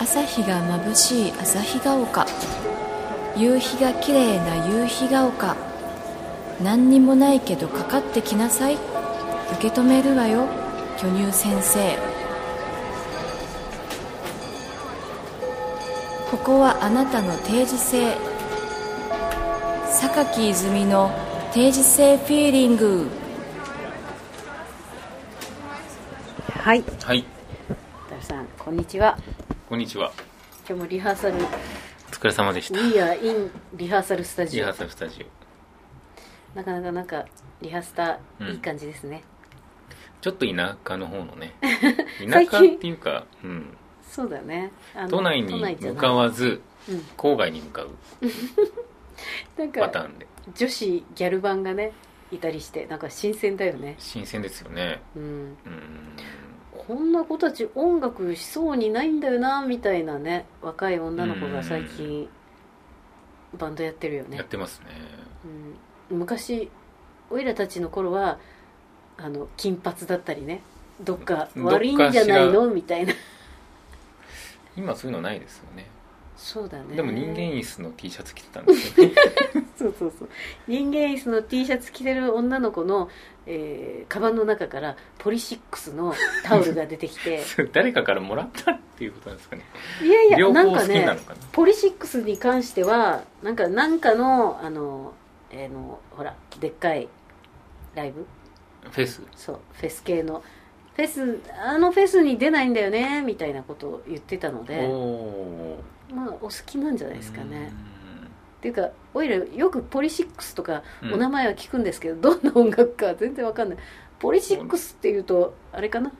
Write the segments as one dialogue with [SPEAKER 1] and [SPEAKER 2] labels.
[SPEAKER 1] 朝日が眩しい朝日が丘夕日が綺麗な夕日が丘何にもないけどかかってきなさい受け止めるわよ巨乳先生ここはあなたの定時性榊泉の定時性フィーリング
[SPEAKER 2] はい、
[SPEAKER 3] はい、
[SPEAKER 2] たるさん、こんにちは。
[SPEAKER 3] こんにちは。
[SPEAKER 2] 今日もリハーサル、
[SPEAKER 3] お疲れ様でした。
[SPEAKER 2] We are in リハーサルスタ
[SPEAKER 3] リ
[SPEAKER 2] ジ
[SPEAKER 3] ハ
[SPEAKER 2] オ
[SPEAKER 3] ー。サルスタジオ。
[SPEAKER 2] なかなかなんか、リハスタ、
[SPEAKER 3] うん
[SPEAKER 2] いい感じですね。
[SPEAKER 3] ちょっと田舎の方の ね。田
[SPEAKER 2] 最
[SPEAKER 3] 舎
[SPEAKER 2] 近
[SPEAKER 3] っていうか、うん、
[SPEAKER 2] そうだね。あの
[SPEAKER 3] 都内
[SPEAKER 2] 都
[SPEAKER 3] に
[SPEAKER 2] 内じゃ
[SPEAKER 3] 向
[SPEAKER 2] ない
[SPEAKER 3] かわず、
[SPEAKER 2] うん
[SPEAKER 3] 郊外に向かう
[SPEAKER 2] なん
[SPEAKER 3] パ
[SPEAKER 2] か、
[SPEAKER 3] ターンで。
[SPEAKER 2] 女子ギャル版がね、いたりして、なんか新鮮だよね。
[SPEAKER 3] 新鮮ですよね。
[SPEAKER 2] うん。
[SPEAKER 3] うん。
[SPEAKER 2] こんな子たち音楽しそうにないんだよな、みたいなね、若い女の子が最近、バンドやってるよね
[SPEAKER 3] やっ。てますね。
[SPEAKER 2] うん、昔おいらたちの頃はあの金髪だったりねどっか悪いんじゃない
[SPEAKER 3] ど
[SPEAKER 2] のみたいな
[SPEAKER 3] 今そういうのないですよね。
[SPEAKER 2] そうだね
[SPEAKER 3] でも人間椅子の T シャツ着てたんですよ ね。
[SPEAKER 2] そうそうそう人間椅子の T シャツ着てる女の子の、えーカバンの中からポリシックスのタオルが出てき て
[SPEAKER 3] それ誰かからもらったっていうことなんですかね。
[SPEAKER 2] いやいや
[SPEAKER 3] 両
[SPEAKER 2] なん
[SPEAKER 3] 方好
[SPEAKER 2] か
[SPEAKER 3] きな
[SPEAKER 2] ね
[SPEAKER 3] のかな。
[SPEAKER 2] ポリシックスに関してはなんかなんかのあの,、えーのほらでっかいライブ
[SPEAKER 3] フェス。
[SPEAKER 2] そうフェス系のフェスあのフェスに出ないんだよねみたいなことを言ってたの
[SPEAKER 3] お
[SPEAKER 2] で
[SPEAKER 3] ー
[SPEAKER 2] まあお好きなんじゃないですかね。
[SPEAKER 3] うん
[SPEAKER 2] っていうかおいらよくポリシックスとか
[SPEAKER 3] うん
[SPEAKER 2] お名前は聞くんですけど、どんな音楽かは全然わかんないポリシックスっていうとあれかな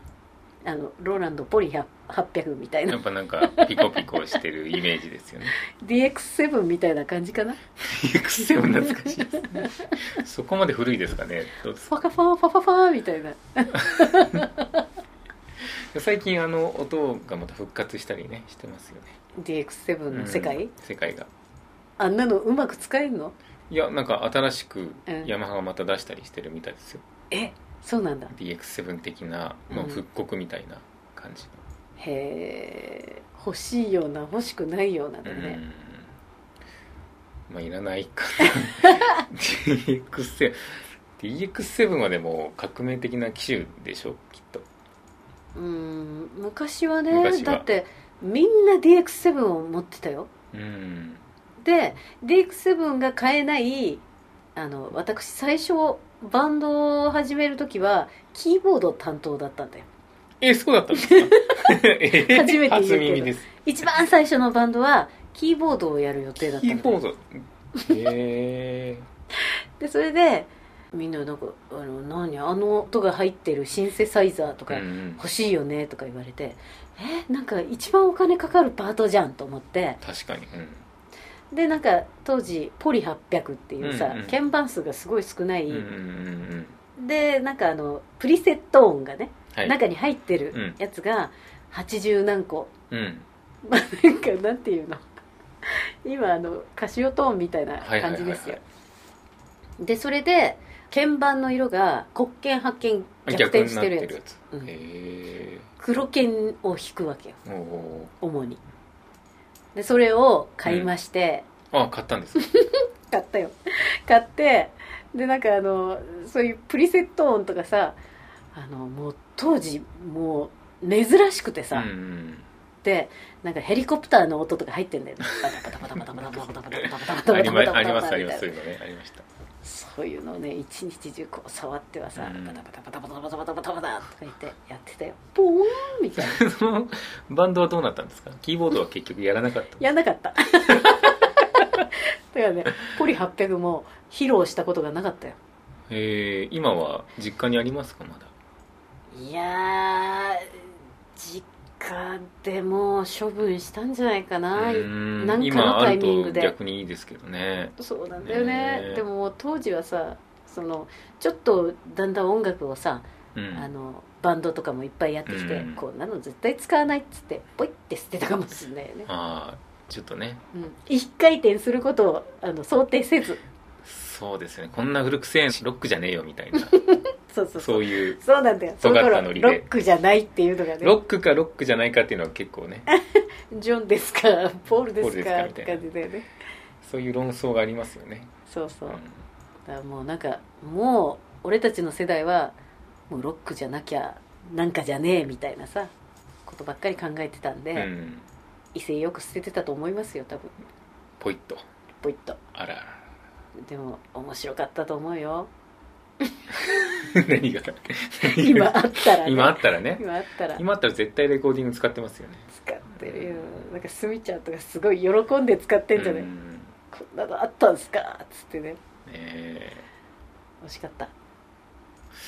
[SPEAKER 2] あのローランドポリ100 800みたい
[SPEAKER 3] や
[SPEAKER 2] な
[SPEAKER 3] っぱなんかピコピコしてるイメージですよね。
[SPEAKER 2] DX7 みたいな感じかな
[SPEAKER 3] 行くせも懐かしい ですねそこまで古いですかねどうです
[SPEAKER 2] ファ
[SPEAKER 3] か
[SPEAKER 2] カファーファファファーみたいな
[SPEAKER 3] 最近あの音がまた復活したりねしてますよね
[SPEAKER 2] DX7 の世界、
[SPEAKER 3] うん世界が
[SPEAKER 2] あんなのうまく使えるの
[SPEAKER 3] いやなんか新しく
[SPEAKER 2] うん
[SPEAKER 3] ヤマハがまた出したりしてるみたいですよ、
[SPEAKER 2] えそうなんだ
[SPEAKER 3] DX7 的な、まあ、
[SPEAKER 2] うん
[SPEAKER 3] 復刻みたいな感じ
[SPEAKER 2] へえ欲しいような欲しくないような
[SPEAKER 3] の
[SPEAKER 2] で
[SPEAKER 3] うん、
[SPEAKER 2] ね、
[SPEAKER 3] まあいらないかな DX7 DX7 はでも革命的な機種でしょうきっと
[SPEAKER 2] うーん、昔はね
[SPEAKER 3] 昔は
[SPEAKER 2] だってみんな DX7 を持ってたよ
[SPEAKER 3] うん
[SPEAKER 2] で DX7 が買えないあの私最初バンドを始める時はキーボード担当だったんだよ
[SPEAKER 3] えそうだった んですかえー
[SPEAKER 2] 初めて言うけど
[SPEAKER 3] 初耳です
[SPEAKER 2] 一番最初のバンドはキーボードをやる予定だった
[SPEAKER 3] キ
[SPEAKER 2] んだ
[SPEAKER 3] ー
[SPEAKER 2] よ
[SPEAKER 3] ボードへえ
[SPEAKER 2] でそれでみんななんかあの何あの音が入ってるシンセサイザーとか、
[SPEAKER 3] うん、
[SPEAKER 2] 欲しいよねとか言われてえなんか一番お金かかるパートじゃんと思って
[SPEAKER 3] 確かに、うん
[SPEAKER 2] でなんか当時ポリ800っていうさ、
[SPEAKER 3] うんうん
[SPEAKER 2] 鍵盤数がすごい少ない、
[SPEAKER 3] うんうんうんうん
[SPEAKER 2] でなんかあのプリセット音がね、
[SPEAKER 3] はい
[SPEAKER 2] 中に入ってるやつが80何個、
[SPEAKER 3] うん、
[SPEAKER 2] まあなんかなんていうの今あのカシオトーンみたいな
[SPEAKER 3] はいはい
[SPEAKER 2] 感
[SPEAKER 3] はい
[SPEAKER 2] じ
[SPEAKER 3] は
[SPEAKER 2] で
[SPEAKER 3] い
[SPEAKER 2] すよでそれで鍵盤の色が黒鍵発見逆
[SPEAKER 3] 逆
[SPEAKER 2] 転
[SPEAKER 3] に
[SPEAKER 2] し
[SPEAKER 3] なって
[SPEAKER 2] てる
[SPEAKER 3] る
[SPEAKER 2] や
[SPEAKER 3] や
[SPEAKER 2] つ
[SPEAKER 3] つ
[SPEAKER 2] うん
[SPEAKER 3] へえ
[SPEAKER 2] 黒鍵を弾くわけよ
[SPEAKER 3] おお
[SPEAKER 2] 主にでそれを買いまして、
[SPEAKER 3] ーあ買ったんですか
[SPEAKER 2] 買ったよ買ってでなんかあのそういうプリセット音とかさあのもう当時もう珍しくてさ、
[SPEAKER 3] うん
[SPEAKER 2] でなんかヘリコプターの音とか入ってんだよねバタバタバタバタバタバタバタバタバタバタ
[SPEAKER 3] うん、あ
[SPEAKER 2] バ
[SPEAKER 3] り
[SPEAKER 2] タ
[SPEAKER 3] ま
[SPEAKER 2] バタ
[SPEAKER 3] ありま
[SPEAKER 2] バ
[SPEAKER 3] す
[SPEAKER 2] タ
[SPEAKER 3] あ
[SPEAKER 2] み
[SPEAKER 3] りま
[SPEAKER 2] た
[SPEAKER 3] す
[SPEAKER 2] いな
[SPEAKER 3] そういうのねありました
[SPEAKER 2] そういうのをね一日中こう触ってはさ
[SPEAKER 3] うん
[SPEAKER 2] バタバタバタバタバタバタバタバタとか言ってやってたよポーンみたいな
[SPEAKER 3] そのバンドはどうなったんですかキーボードは結局やらなかった
[SPEAKER 2] やんなかっただからねポリ800も披露したことがなかったよ
[SPEAKER 3] へえ今は実家にありますかまだ
[SPEAKER 2] いやー実家でも処分したんじゃないかな、
[SPEAKER 3] うん
[SPEAKER 2] なんか
[SPEAKER 3] 今
[SPEAKER 2] の
[SPEAKER 3] あ
[SPEAKER 2] タイ
[SPEAKER 3] る
[SPEAKER 2] ミン
[SPEAKER 3] と
[SPEAKER 2] グで
[SPEAKER 3] 逆にいいですけどね
[SPEAKER 2] そうなんだよね、
[SPEAKER 3] ねえ
[SPEAKER 2] でももう当時はさそのちょっとだんだん音楽をさ、
[SPEAKER 3] うん
[SPEAKER 2] あのバンドとかもいっぱいやってきて、
[SPEAKER 3] うん
[SPEAKER 2] こうなの絶対使わないっつってポイって捨てたかもしれないよね、
[SPEAKER 3] ああちょっとね
[SPEAKER 2] うん、一回転することをあの想定せず
[SPEAKER 3] そうですねこんな古くせえロックじゃねえよみたい な
[SPEAKER 2] そうそうそう
[SPEAKER 3] そういう
[SPEAKER 2] そうなんだよその
[SPEAKER 3] 尖った
[SPEAKER 2] 頃
[SPEAKER 3] ノリで
[SPEAKER 2] ロックじゃないっていうのがね
[SPEAKER 3] ロックかロックじゃないかっていうのは結構ね
[SPEAKER 2] ジョンです かポールです
[SPEAKER 3] ポールですか
[SPEAKER 2] か
[SPEAKER 3] み
[SPEAKER 2] ったて
[SPEAKER 3] いな
[SPEAKER 2] 感じだよね
[SPEAKER 3] そういう論争がありますよね、
[SPEAKER 2] そうそううんだからもうなんかもう俺たちの世代はもうロックじゃなきゃなんかじゃねえみたいなさことばっかり考えてたんで、
[SPEAKER 3] うん、
[SPEAKER 2] 威勢よく捨ててたと思いますよ多分
[SPEAKER 3] ポイッと
[SPEAKER 2] ポイッと
[SPEAKER 3] あら
[SPEAKER 2] でも面白かったと思うよ
[SPEAKER 3] あら何が
[SPEAKER 2] 今あったら、ね、
[SPEAKER 3] 今あったらね
[SPEAKER 2] 今あったら
[SPEAKER 3] 今あったら絶対レコーディング使ってますよね
[SPEAKER 2] 使ってるよなんかスミちゃんとかすごい喜んで使ってんじゃない、
[SPEAKER 3] うんね
[SPEAKER 2] こんなのあったんすかっつってね
[SPEAKER 3] え
[SPEAKER 2] 惜しかった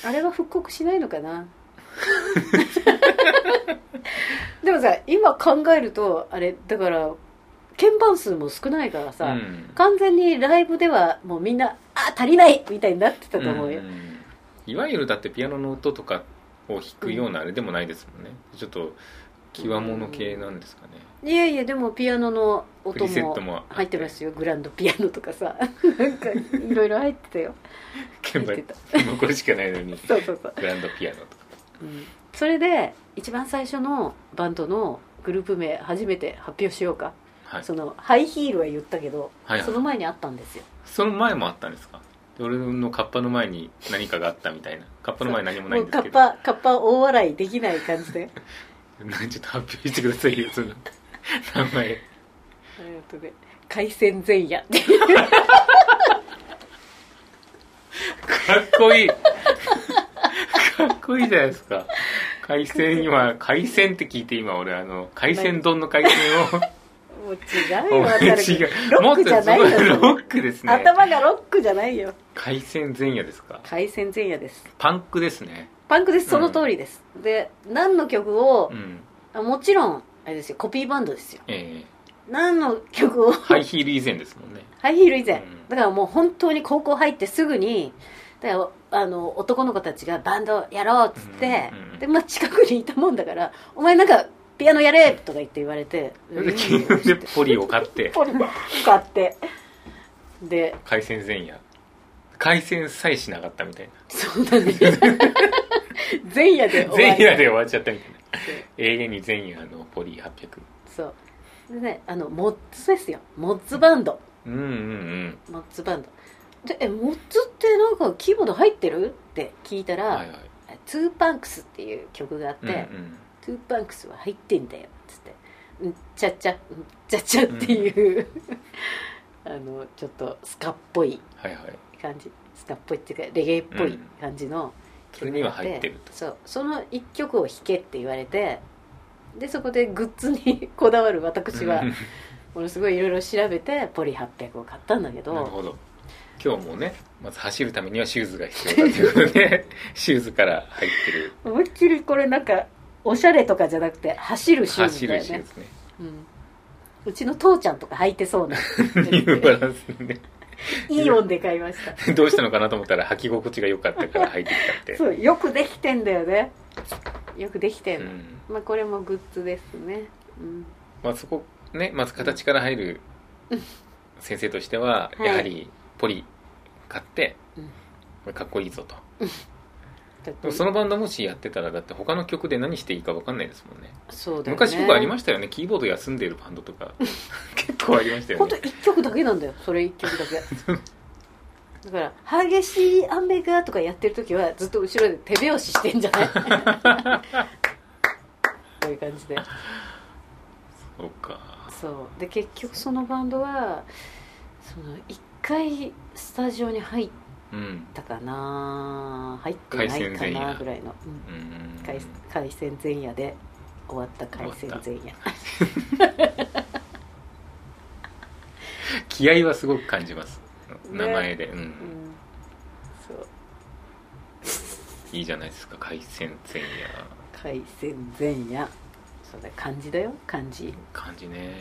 [SPEAKER 2] あれは復刻しないのかなでもさ今考えるとあれだから鍵盤数も少ないからさ、
[SPEAKER 3] うん
[SPEAKER 2] 完全にライブではもうみんな「あ足りない!」みたいになってたと思うよ、
[SPEAKER 3] んいわゆるだってピアノの音とかを弾くようなあれでもないですもんね、ちょっと極物系なんですかね、
[SPEAKER 2] いやいやでもピアノの
[SPEAKER 3] プ
[SPEAKER 2] 音
[SPEAKER 3] リセッ
[SPEAKER 2] も
[SPEAKER 3] トも
[SPEAKER 2] 入ってますよグランドピアノとかさなんかいろいろ入ってたよ
[SPEAKER 3] 鍵盤
[SPEAKER 2] 入って
[SPEAKER 3] もうこれしかない のに
[SPEAKER 2] そうそうそう、
[SPEAKER 3] グランドピアノとか
[SPEAKER 2] うんそれで一番最初のバンドのグループ名初めて発表しようか
[SPEAKER 3] はい
[SPEAKER 2] そのハイヒールは言ったけど、
[SPEAKER 3] はいはい
[SPEAKER 2] その前にあったんですよ
[SPEAKER 3] その前もあったんですか俺のカッパの前に何かがあったみたいなカッパの前に何もない
[SPEAKER 2] も
[SPEAKER 3] ん
[SPEAKER 2] うカ
[SPEAKER 3] ですけ
[SPEAKER 2] ッ
[SPEAKER 3] どちょ
[SPEAKER 2] パカッパ大笑いできない感じで
[SPEAKER 3] っと発表してくださいよその名前
[SPEAKER 2] えーっとね海鮮前夜
[SPEAKER 3] かっこいいかっこいいじゃないですか海鮮今海鮮って聞いて今俺あの海鮮丼の海鮮を
[SPEAKER 2] もう違う
[SPEAKER 3] お
[SPEAKER 2] よ渡
[SPEAKER 3] 前
[SPEAKER 2] る
[SPEAKER 3] 違
[SPEAKER 2] 君
[SPEAKER 3] う
[SPEAKER 2] ロックじゃないよ
[SPEAKER 3] もっとすごロックですね
[SPEAKER 2] 頭がロックじゃないよ
[SPEAKER 3] 海鮮前夜ですか
[SPEAKER 2] 海鮮前夜です
[SPEAKER 3] パンクですね
[SPEAKER 2] パンクですその通りです、で何の曲を
[SPEAKER 3] う、ん
[SPEAKER 2] あもちろんあれですよコピーバンドですよ
[SPEAKER 3] ええ
[SPEAKER 2] 何の曲を
[SPEAKER 3] ハイヒール以前ですもんね
[SPEAKER 2] ハイヒール以前、
[SPEAKER 3] うん
[SPEAKER 2] だからもう本当に高校入ってすぐにだからあの男の子たちがバンドやろうっつって、
[SPEAKER 3] うんうん
[SPEAKER 2] でまあ、近くにいたもんだから「お前なんかピアノやれ!」とか言って言われて「うん
[SPEAKER 3] で金融でポリを買って
[SPEAKER 2] ポリ買ってで
[SPEAKER 3] 海鮮前夜海鮮さえしなかったみたいな
[SPEAKER 2] そうだね 前夜で終わり
[SPEAKER 3] 前夜で終わっちゃったみたいな
[SPEAKER 2] で
[SPEAKER 3] 永遠に前夜のポリ800
[SPEAKER 2] そうでねあのモッツですよモッツバンド
[SPEAKER 3] うんうんうん
[SPEAKER 2] モッツバンドでえモッツってなんかキーボード入ってるって聞いたら、
[SPEAKER 3] はいはい
[SPEAKER 2] トゥーパンクスっていう曲があって、
[SPEAKER 3] うんうん
[SPEAKER 2] トゥーパンクスは入ってんだよっつって「うんちゃっちゃうんちゃっちゃ」っていう、 あのちょっとスカっぽい
[SPEAKER 3] はいはい
[SPEAKER 2] 感じスカっぽいっていうかレゲエっぽい感じの
[SPEAKER 3] それには入ってると
[SPEAKER 2] そうその一曲を弾けって言われてでそこでグッズに こだわる私は
[SPEAKER 3] うん
[SPEAKER 2] ものすごいいろいろ調べてポリ800を買ったんだけ
[SPEAKER 3] なる
[SPEAKER 2] ど
[SPEAKER 3] ほど今日もねまず走るためにはシューズが必要だということ でシューズから入ってる
[SPEAKER 2] 思いっきりこれなんかおしゃれとかじゃなくて走るシュー
[SPEAKER 3] 走
[SPEAKER 2] ズだ
[SPEAKER 3] る
[SPEAKER 2] よ
[SPEAKER 3] シュ
[SPEAKER 2] ね
[SPEAKER 3] ーズね
[SPEAKER 2] うんうちの父ちゃんとか履いて そうな
[SPEAKER 3] ニューバランスね
[SPEAKER 2] イオンで買いました
[SPEAKER 3] どうしたのかなと思ったら履き心地が良かったから履いてきたって
[SPEAKER 2] そうよくできてんだよねよくできて
[SPEAKER 3] うん
[SPEAKER 2] の、
[SPEAKER 3] ん
[SPEAKER 2] まあこれもグッズですねうん
[SPEAKER 3] まあ、そこねまず形から入る先生としては、
[SPEAKER 2] はい
[SPEAKER 3] やはりポリ買って、
[SPEAKER 2] うん
[SPEAKER 3] これかっこいいぞと
[SPEAKER 2] だっ
[SPEAKER 3] で
[SPEAKER 2] て
[SPEAKER 3] もそのバンドもしやってたらだって他の曲で何していいか分かんないですもんね
[SPEAKER 2] そうだよね
[SPEAKER 3] 昔僕ありましたよねキーボード休んでるバンド とか結構ありましたよ
[SPEAKER 2] 本当
[SPEAKER 3] ね
[SPEAKER 2] 一曲だけなんだよそれ一曲だ けだから激しい雨がとかやってる時はずっと後ろで手拍子してんじ ゃないこういう感じで
[SPEAKER 3] そうか
[SPEAKER 2] そうで結局そのバンドはその一回スタジオに入っ
[SPEAKER 3] うん
[SPEAKER 2] たかな入ってない
[SPEAKER 3] 海
[SPEAKER 2] か
[SPEAKER 3] 鮮前
[SPEAKER 2] な
[SPEAKER 3] 夜
[SPEAKER 2] ぐらいの、うん
[SPEAKER 3] うん
[SPEAKER 2] 海海鮮前夜で終わった海鮮前夜
[SPEAKER 3] 気合はすごく感じます
[SPEAKER 2] ね
[SPEAKER 3] 名前で、う、
[SPEAKER 2] うんんそう
[SPEAKER 3] いいじゃないですか海鮮前夜
[SPEAKER 2] 海鮮前夜そうだ漢字だよ漢字
[SPEAKER 3] 感じね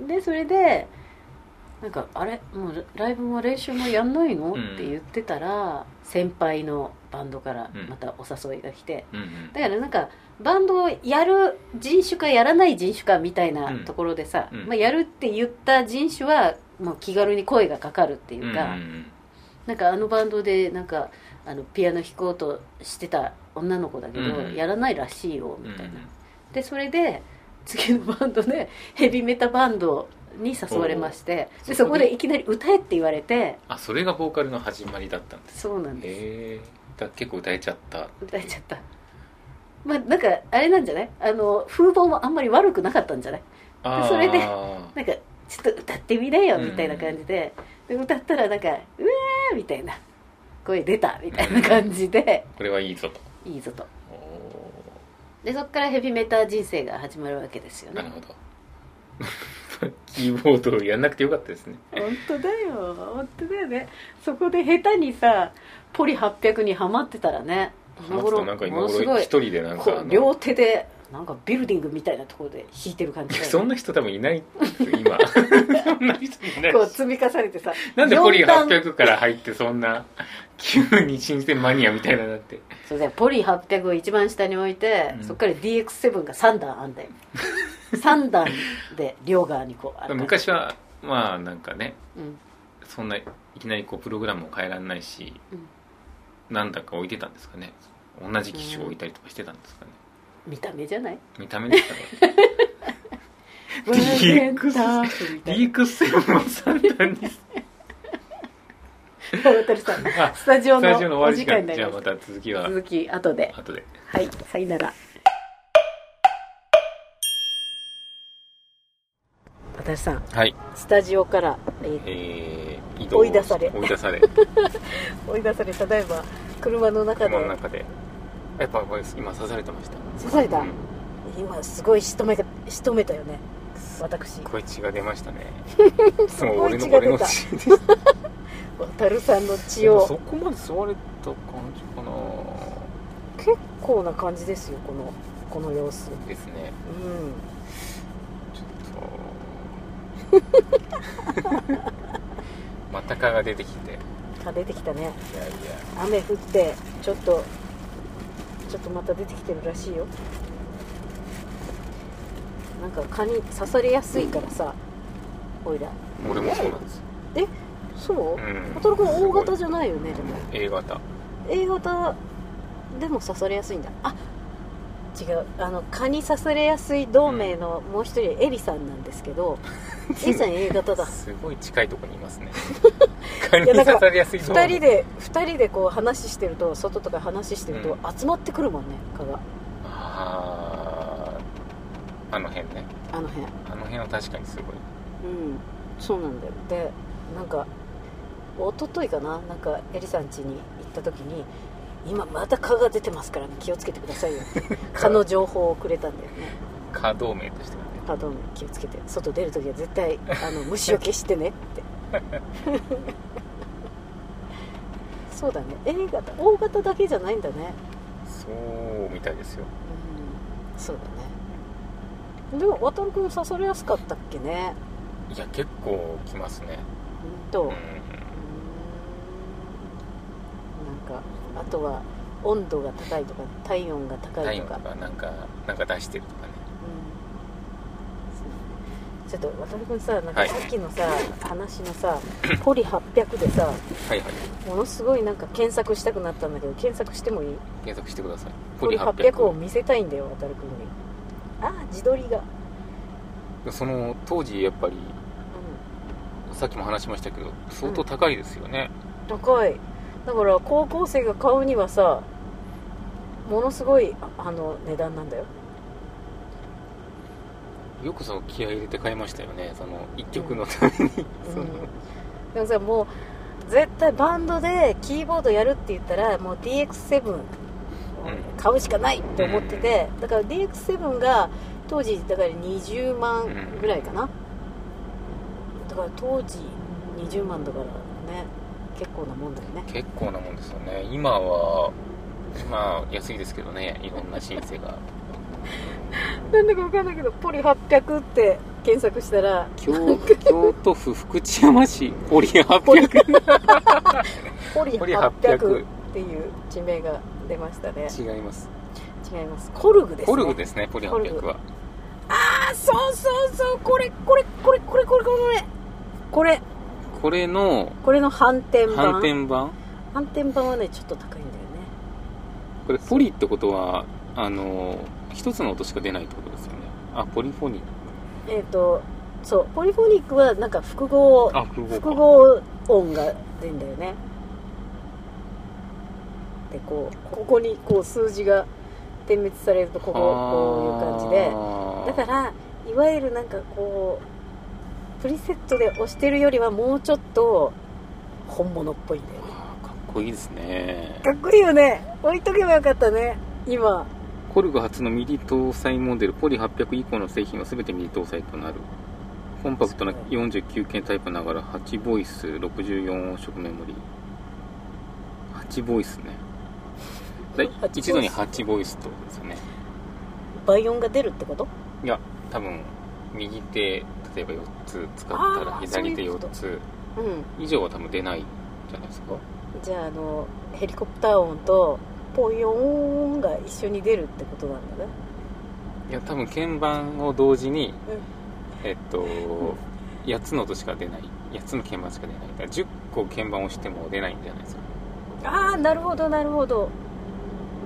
[SPEAKER 2] うんでそれでなんかあれもうライブも練習もやんないの、
[SPEAKER 3] うん
[SPEAKER 2] って言ってたら先輩のバンドから
[SPEAKER 3] うん
[SPEAKER 2] またお誘いが来て、
[SPEAKER 3] うんうん
[SPEAKER 2] だからなんかバンドをやる人種かやらない人種かみたいなところでさ、
[SPEAKER 3] うんうん
[SPEAKER 2] まあ、やるって言った人種はもう気軽に声がかかるって
[SPEAKER 3] う
[SPEAKER 2] い
[SPEAKER 3] んうん
[SPEAKER 2] うか、
[SPEAKER 3] うん
[SPEAKER 2] なんかあのバンドでなんかあのピアノ弾こうとしてた女の子だけど、
[SPEAKER 3] うん
[SPEAKER 2] やらないらしいよみたいな、でそれで次のバンドでヘビメタバンドに誘われましてでそこでいきなり歌えって言われて
[SPEAKER 3] あそれがボーカルの始まりだったんです
[SPEAKER 2] そうなんです
[SPEAKER 3] へえだ結構歌えちゃった
[SPEAKER 2] 歌えちゃったまあなんかあれなんじゃないあの風貌もあんまり悪くなかったんじゃない
[SPEAKER 3] あー
[SPEAKER 2] それでなんかちょっと歌ってみなよみたいな感じで,、で歌ったらなんか「うわー」みたいな声出たみたいな感じで、
[SPEAKER 3] これはいいぞと
[SPEAKER 2] いいぞと
[SPEAKER 3] お
[SPEAKER 2] でそっからヘビメタ人生が始まるわけですよ
[SPEAKER 3] ーなる
[SPEAKER 2] ね
[SPEAKER 3] ほど キーボードをやんなくてよかったですね
[SPEAKER 2] 本当だよ本当だよねそこで下手にさポリ800にはまってたらね今頃
[SPEAKER 3] なんか今
[SPEAKER 2] ものす
[SPEAKER 3] 頃
[SPEAKER 2] ご
[SPEAKER 3] 一
[SPEAKER 2] い
[SPEAKER 3] 人でなん
[SPEAKER 2] こ
[SPEAKER 3] かあ
[SPEAKER 2] う
[SPEAKER 3] の
[SPEAKER 2] 両手でなんかビルディングみたいなところで弾いてる感じだよね
[SPEAKER 3] そんな人多分いないですよ 今 そんな人いない
[SPEAKER 2] こう積み重ねてさ
[SPEAKER 3] なんでポリ
[SPEAKER 2] 4段
[SPEAKER 3] 800から入ってそんな急に新鮮マニアみたいなのになって
[SPEAKER 2] そうだよポリ800を一番下に置いて、
[SPEAKER 3] うん
[SPEAKER 2] そっから DX7 が3段あんだ よ3段で両側にこうあるから、
[SPEAKER 3] 昔はまあなんかね
[SPEAKER 2] うん、
[SPEAKER 3] そんないきなりこうプログラムも変えられないし、
[SPEAKER 2] うん
[SPEAKER 3] なんだか置いてたんですかね同じ機種を置いたりとかしてたんですかね、
[SPEAKER 2] 見た目じゃない
[SPEAKER 3] 見た目ですか ね
[SPEAKER 2] ワーゲ
[SPEAKER 3] DX
[SPEAKER 2] ンターみ
[SPEAKER 3] DX7 も3段に
[SPEAKER 2] たいな渡るさん
[SPEAKER 3] あ
[SPEAKER 2] スタジオ
[SPEAKER 3] スタ
[SPEAKER 2] の
[SPEAKER 3] ジオの
[SPEAKER 2] お
[SPEAKER 3] 終
[SPEAKER 2] 時
[SPEAKER 3] わ
[SPEAKER 2] 間に
[SPEAKER 3] り時間
[SPEAKER 2] な
[SPEAKER 3] じ
[SPEAKER 2] り
[SPEAKER 3] ゃあ
[SPEAKER 2] ま
[SPEAKER 3] ま
[SPEAKER 2] した
[SPEAKER 3] 続きは
[SPEAKER 2] 続き後で
[SPEAKER 3] 後で
[SPEAKER 2] はいさよなら渡るさん
[SPEAKER 3] はい
[SPEAKER 2] スタジオから、えー
[SPEAKER 3] えー、移
[SPEAKER 2] 追い出され
[SPEAKER 3] 追い出 され
[SPEAKER 2] 追い出されただいま車の中で
[SPEAKER 3] 車の中でやっぱこれ今刺されてました
[SPEAKER 2] 刺された、
[SPEAKER 3] うん
[SPEAKER 2] 今すごい仕留めが仕留めたよね私
[SPEAKER 3] 声血が出ま したね
[SPEAKER 2] す
[SPEAKER 3] もう
[SPEAKER 2] ご
[SPEAKER 3] 俺
[SPEAKER 2] い
[SPEAKER 3] の
[SPEAKER 2] 血が
[SPEAKER 3] 俺
[SPEAKER 2] 出
[SPEAKER 3] の
[SPEAKER 2] た
[SPEAKER 3] 血です
[SPEAKER 2] 渡るさんの血
[SPEAKER 3] でもそ
[SPEAKER 2] を
[SPEAKER 3] こまで吸われた感じかな
[SPEAKER 2] 結構な感じですよこのこの様子
[SPEAKER 3] ですね
[SPEAKER 2] うん
[SPEAKER 3] ちょっとまた蚊が出てきていやい
[SPEAKER 2] あ出てきたね
[SPEAKER 3] や
[SPEAKER 2] 雨降ってちょっとちょっとまた出てきてるらしいよなんか蚊に刺されやすいからさおいら
[SPEAKER 3] 俺もそうなんです
[SPEAKER 2] そう
[SPEAKER 3] う
[SPEAKER 2] 渡る
[SPEAKER 3] ん
[SPEAKER 2] 君 O 型じゃないよねでも
[SPEAKER 3] A 型
[SPEAKER 2] A 型でも刺されやすいんだあ違うあの蚊に刺されやすい同盟のもう一人エリさんなんですけ どエリさん A 型だ
[SPEAKER 3] すごい近いとこにいますね蚊に
[SPEAKER 2] いやな
[SPEAKER 3] 刺
[SPEAKER 2] んか
[SPEAKER 3] されやすいゾーン
[SPEAKER 2] 2人で二人でこう話してると外とか話してると
[SPEAKER 3] う
[SPEAKER 2] 集まってくるもんね蚊が
[SPEAKER 3] あーあの辺ね
[SPEAKER 2] あの辺
[SPEAKER 3] あの辺は確かにすごい
[SPEAKER 2] うんそうなんだよでなんか一昨日かななんかエリさん家に行った時に今また蚊が出てますから、ね、気をつけてくださいよ 蚊の情報をくれたんだよね
[SPEAKER 3] 蚊同盟としてはね
[SPEAKER 2] あどうも気をつけて外出るときは絶対あの虫よけしてねって そうだね A 型 O 型だけじゃないんだね
[SPEAKER 3] そうみたいですよ
[SPEAKER 2] うんそうだねでも渡る君刺されやすかったっけね
[SPEAKER 3] いや結構きますね
[SPEAKER 2] うんと、
[SPEAKER 3] う
[SPEAKER 2] うんんなんかあとは温度が高いとか体温が高いと
[SPEAKER 3] 体温
[SPEAKER 2] か
[SPEAKER 3] とかなんかなんか出してるとかね
[SPEAKER 2] うんそうちょっと渡る君さなん
[SPEAKER 3] は
[SPEAKER 2] か
[SPEAKER 3] い
[SPEAKER 2] さっきのさ、話のさポリ800でさ
[SPEAKER 3] はいはい
[SPEAKER 2] ものすごいなんか検索したくなったんだけど検索してもいい
[SPEAKER 3] 検索してください
[SPEAKER 2] ポリ800を見せたいんだよ渡る君にああ自撮りが、
[SPEAKER 3] その当時やっぱり
[SPEAKER 2] う
[SPEAKER 3] さっきも話しましたけど相当高いですよね、
[SPEAKER 2] ん、高いだから高校生が買うにはさものすごいああの値段なんだよ
[SPEAKER 3] よくその気合い入れて買いましたよねその一曲のために、その
[SPEAKER 2] うん、でもさもう絶対バンドでキーボードやるって言ったらもう DX7 を買うしかないって思ってて、だから DX7 が当時だから20万ぐらいかな、だから当時20万だからね結構なもんだよね
[SPEAKER 3] 結構なもんですよね今はまあ安いですけどねいろんなシンセが
[SPEAKER 2] なんだか分かんないけどポリ800って検索したら
[SPEAKER 3] 京京都府福知山市ポリ
[SPEAKER 2] ポリ
[SPEAKER 3] 800
[SPEAKER 2] ポリ
[SPEAKER 3] ポリ800
[SPEAKER 2] 800っていう地名が出ましたね
[SPEAKER 3] 違います
[SPEAKER 2] 違いますコルグですね
[SPEAKER 3] コルグですねポリ800は
[SPEAKER 2] あそうそうそうこれこれこれこれこれこれこれ
[SPEAKER 3] これの
[SPEAKER 2] これの反転版
[SPEAKER 3] 反転版
[SPEAKER 2] 反転版はねちょっと高いんだよね
[SPEAKER 3] これポリってことはあの一つの音しか出ないってことですよねあポリフォニー
[SPEAKER 2] えっ、とそうポリフォニックはなんか複合
[SPEAKER 3] あ複合か
[SPEAKER 2] 複合音が出るんだよねでこうここにこう数字が点滅されるとこここういう感じでだ
[SPEAKER 3] じ
[SPEAKER 2] からいわゆるなんかこうプリセットで押してるよりはもうちょっと本物っぽいんだよね
[SPEAKER 3] かっこいいですね
[SPEAKER 2] かっこいいよね置いとけばよかったね今
[SPEAKER 3] コルグ初のミリ搭載モデルポリ800以降の製品は全てミリ搭載となるコンパクトな49件タイプながら8ボイス64音色メモリー8ボイスねだい
[SPEAKER 2] 8ボイス
[SPEAKER 3] 一度に8ボイスってことですよね
[SPEAKER 2] 倍音が出るってこと
[SPEAKER 3] いや多分右手例えば4つ使ったら
[SPEAKER 2] あー
[SPEAKER 3] 左手
[SPEAKER 2] そういうこ
[SPEAKER 3] 4
[SPEAKER 2] と
[SPEAKER 3] つ
[SPEAKER 2] うん
[SPEAKER 3] 以上は多分出ないんじゃないですか
[SPEAKER 2] じゃああのヘリコプター音とポヨーンが一緒に出るってことなんだね
[SPEAKER 3] いや多分鍵盤を同時に、
[SPEAKER 2] う
[SPEAKER 3] えっと8つの音しか出ない8つの鍵盤しか出ないだから10個鍵盤を押しても出ないんじゃないですか
[SPEAKER 2] ああなるほどなるほど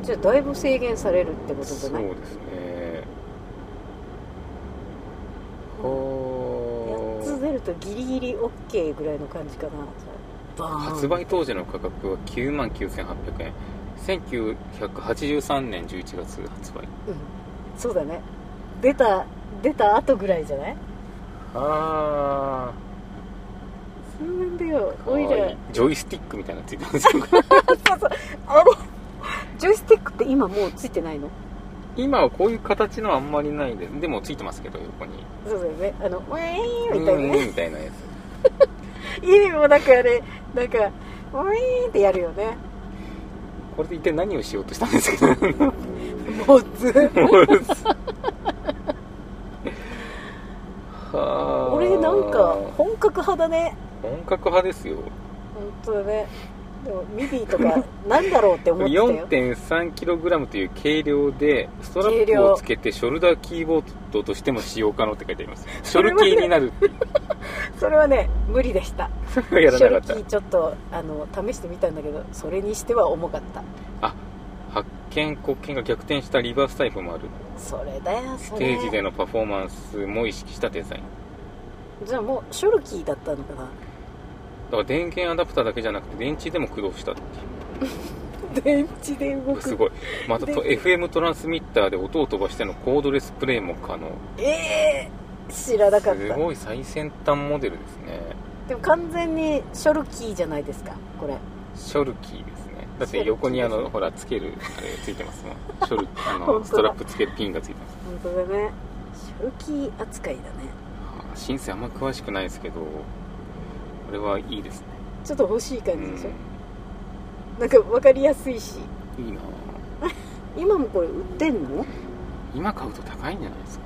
[SPEAKER 2] じゃあだいぶ制限されるってことじ
[SPEAKER 3] そ
[SPEAKER 2] ゃ
[SPEAKER 3] う
[SPEAKER 2] ない
[SPEAKER 3] ですねほ
[SPEAKER 2] 8つ出るとギリギリ OK ぐらいの感じかなバーン
[SPEAKER 3] 発売当時の価格は9万9800円1983年11月発売
[SPEAKER 2] うんそうだね出た出た後ぐらいじゃない
[SPEAKER 3] あ
[SPEAKER 2] そうなんだよ
[SPEAKER 3] あ
[SPEAKER 2] おいら
[SPEAKER 3] ジョイスティックみたいなのついて ますよ
[SPEAKER 2] あれジョイスティックって今もうついてないの
[SPEAKER 3] 今はこういう形のあんまりないででもついてますけど横に
[SPEAKER 2] そうだよねあのウィーンみたいな
[SPEAKER 3] うん
[SPEAKER 2] ね
[SPEAKER 3] みたいなやつ
[SPEAKER 2] いいもなんかあれなんかウィーンってやるよね
[SPEAKER 3] これで一体何をしようとしたんですか
[SPEAKER 2] もうず
[SPEAKER 3] は
[SPEAKER 2] 俺なんか本格派だね
[SPEAKER 3] 本格派ですよ
[SPEAKER 2] 本当だねでもミディとかなんだろうって思ってたよ
[SPEAKER 3] 4.3kg という軽量でストラップをつけてショルダーキーボードとしても使用可能って書いてありますショルキーになるってい
[SPEAKER 2] それはね無理でした
[SPEAKER 3] うのがやらなかっ
[SPEAKER 2] 正
[SPEAKER 3] た
[SPEAKER 2] 直ちょっとあの試してみたんだけどそれにしては重かった
[SPEAKER 3] 発見国権が逆転したリバースタイプもある
[SPEAKER 2] それだよ
[SPEAKER 3] ス
[SPEAKER 2] そ
[SPEAKER 3] テ
[SPEAKER 2] れ
[SPEAKER 3] ージでのパフォーマンスも意識したデザイン
[SPEAKER 2] じゃあもうショルキーだったのかな
[SPEAKER 3] だから電源アダプターだけじゃなくて電池でも駆動したっていう
[SPEAKER 2] 電池で動く
[SPEAKER 3] すごいまたと
[SPEAKER 2] で
[SPEAKER 3] FM トランスミッターで音を飛ばしてのコードレスプレイも可能
[SPEAKER 2] ええ知らなかっ
[SPEAKER 3] す
[SPEAKER 2] た
[SPEAKER 3] ごい最先端モデルですね
[SPEAKER 2] でも完全にショルキーじゃないですかこれ
[SPEAKER 3] ショルキーですねだって横にあ
[SPEAKER 2] ショルキーです
[SPEAKER 3] の
[SPEAKER 2] ね
[SPEAKER 3] ほらつけるあれついてますもん ショルあ
[SPEAKER 2] 本当
[SPEAKER 3] の
[SPEAKER 2] だ
[SPEAKER 3] ストラップつけるピンがついてます
[SPEAKER 2] 本当だねショルキー扱いだね
[SPEAKER 3] あシンセあんま詳しくないですけどこれはいいですね
[SPEAKER 2] ちょっと欲しい感
[SPEAKER 3] う
[SPEAKER 2] じでしょ、
[SPEAKER 3] ん
[SPEAKER 2] なんか分かりやすいし
[SPEAKER 3] いいなぁ
[SPEAKER 2] 今もこれ売ってんの
[SPEAKER 3] 今買うと高いんじゃないですか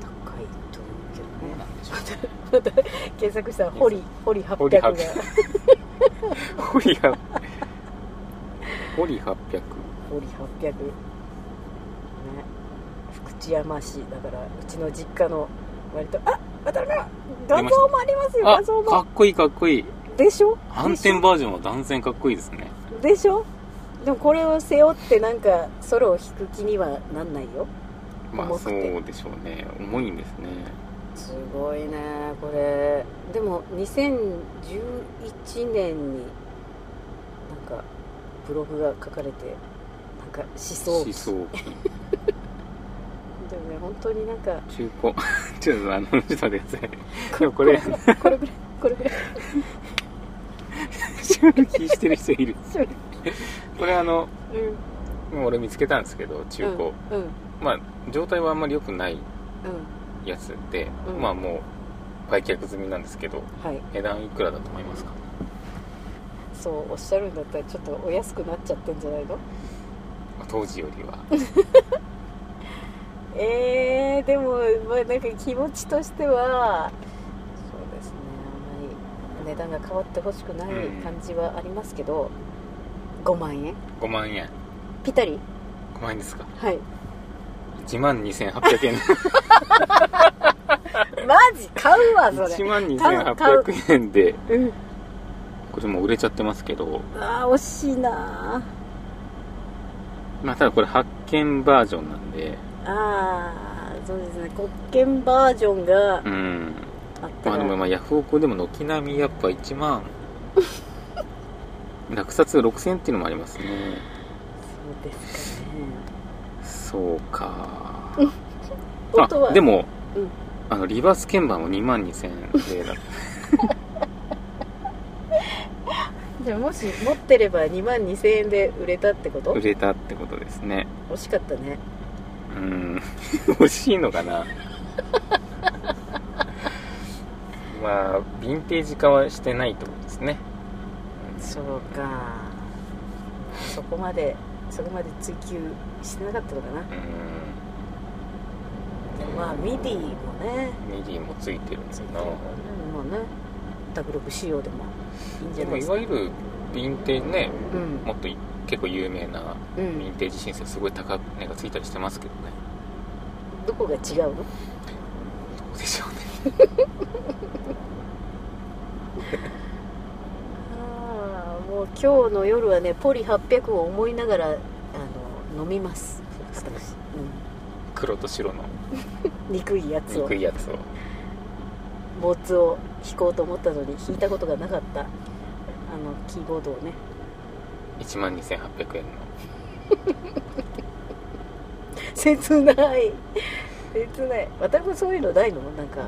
[SPEAKER 2] 高いと思うけ
[SPEAKER 3] どうなんでし
[SPEAKER 2] ど
[SPEAKER 3] ょう
[SPEAKER 2] ね検索したらホリホリ
[SPEAKER 3] ホリ
[SPEAKER 2] 800が
[SPEAKER 3] 800ホリがホリ800
[SPEAKER 2] ホリ800ね福知山市だからうちの実家の割とあ渡辺
[SPEAKER 3] た
[SPEAKER 2] 君画像もありますよ
[SPEAKER 3] あ
[SPEAKER 2] 画像
[SPEAKER 3] か
[SPEAKER 2] も
[SPEAKER 3] っこいいかっこいい
[SPEAKER 2] でしょ
[SPEAKER 3] 反転バージョンは断然かっこいいですね
[SPEAKER 2] でしょでもこれを背負ってなんかソロを弾く気にはなんないよ
[SPEAKER 3] まあ
[SPEAKER 2] 重く
[SPEAKER 3] そ
[SPEAKER 2] て
[SPEAKER 3] うでしょうね重いんですね
[SPEAKER 2] すごいねこれでも2011年になんかブログが書かれてなんか思想
[SPEAKER 3] 思想
[SPEAKER 2] でもね本当になんか
[SPEAKER 3] 中古 ちょっとあのちょっと待ってくださいでもこれ
[SPEAKER 2] これぐらいこれぐらい
[SPEAKER 3] 衝撃してる人いる
[SPEAKER 2] それ
[SPEAKER 3] これあの
[SPEAKER 2] うん
[SPEAKER 3] もう俺見つけたんですけど中
[SPEAKER 2] う
[SPEAKER 3] 古、
[SPEAKER 2] んうん
[SPEAKER 3] まあ状態はあんまり良くないやつで、
[SPEAKER 2] うん
[SPEAKER 3] まあもう売却済みなんですけど
[SPEAKER 2] はい
[SPEAKER 3] 値段いくらだと思いますか
[SPEAKER 2] そうおっしゃるんだったらちょっとお安くなっちゃってんじゃないの
[SPEAKER 3] 当時よりは
[SPEAKER 2] えー、でも、まあ、なんか気持ちとしてはそうですねあんまり値段が変わってほしくない
[SPEAKER 3] うん
[SPEAKER 2] 感じはありますけど、5万円
[SPEAKER 3] 5万円
[SPEAKER 2] ぴったり
[SPEAKER 3] 5万円ですか
[SPEAKER 2] はい
[SPEAKER 3] 1万2800円
[SPEAKER 2] マジ買うわそれ
[SPEAKER 3] 1万
[SPEAKER 2] 買う
[SPEAKER 3] 2800円で
[SPEAKER 2] うん
[SPEAKER 3] これもう売れちゃってますけど
[SPEAKER 2] あー惜しいな
[SPEAKER 3] まあただこれ発見バージョンなんで
[SPEAKER 2] ーあそうですね国権バージョンが
[SPEAKER 3] うん
[SPEAKER 2] あって
[SPEAKER 3] まあでもまあヤフオクでも軒並みやっぱ1万 落札6000っていうのもありますね
[SPEAKER 2] そうですかね
[SPEAKER 3] そうか
[SPEAKER 2] 音は
[SPEAKER 3] あでも、
[SPEAKER 2] うん
[SPEAKER 3] あのリバース鍵盤は2万2000円でだ
[SPEAKER 2] じゃあもし持ってれば2万2000円で売れたってこと
[SPEAKER 3] 売れたってことですね
[SPEAKER 2] 惜しかったね
[SPEAKER 3] うん 欲しいのか なまあヴィンテージ化はしてないってことですね
[SPEAKER 2] そうかそこまでそこまで追求してなかったのかな
[SPEAKER 3] うん
[SPEAKER 2] でもまあミディもね
[SPEAKER 3] ミディもついてるんだ
[SPEAKER 2] ついてる
[SPEAKER 3] な
[SPEAKER 2] もねダブルク仕様でもいいんじ
[SPEAKER 3] で
[SPEAKER 2] ゃな
[SPEAKER 3] も
[SPEAKER 2] いで
[SPEAKER 3] い
[SPEAKER 2] すか
[SPEAKER 3] わゆるヴィンテージね
[SPEAKER 2] うん
[SPEAKER 3] もっとい結構有名な
[SPEAKER 2] う
[SPEAKER 3] ヴィ
[SPEAKER 2] ん
[SPEAKER 3] ンテージシンセすごい高値がついたりしてますけどね
[SPEAKER 2] どこが違うの
[SPEAKER 3] どうでしょうね
[SPEAKER 2] ああもう今日の夜はねポリ800を思いながらあの飲みます私、
[SPEAKER 3] 黒と白の
[SPEAKER 2] うん、憎いやつを
[SPEAKER 3] 憎いやつを
[SPEAKER 2] ボツを弾こうと思ったのに弾いたことがなかったあのキーボードをね
[SPEAKER 3] 1万2800円の
[SPEAKER 2] 切ない切ない私もそういうのないのなんかもう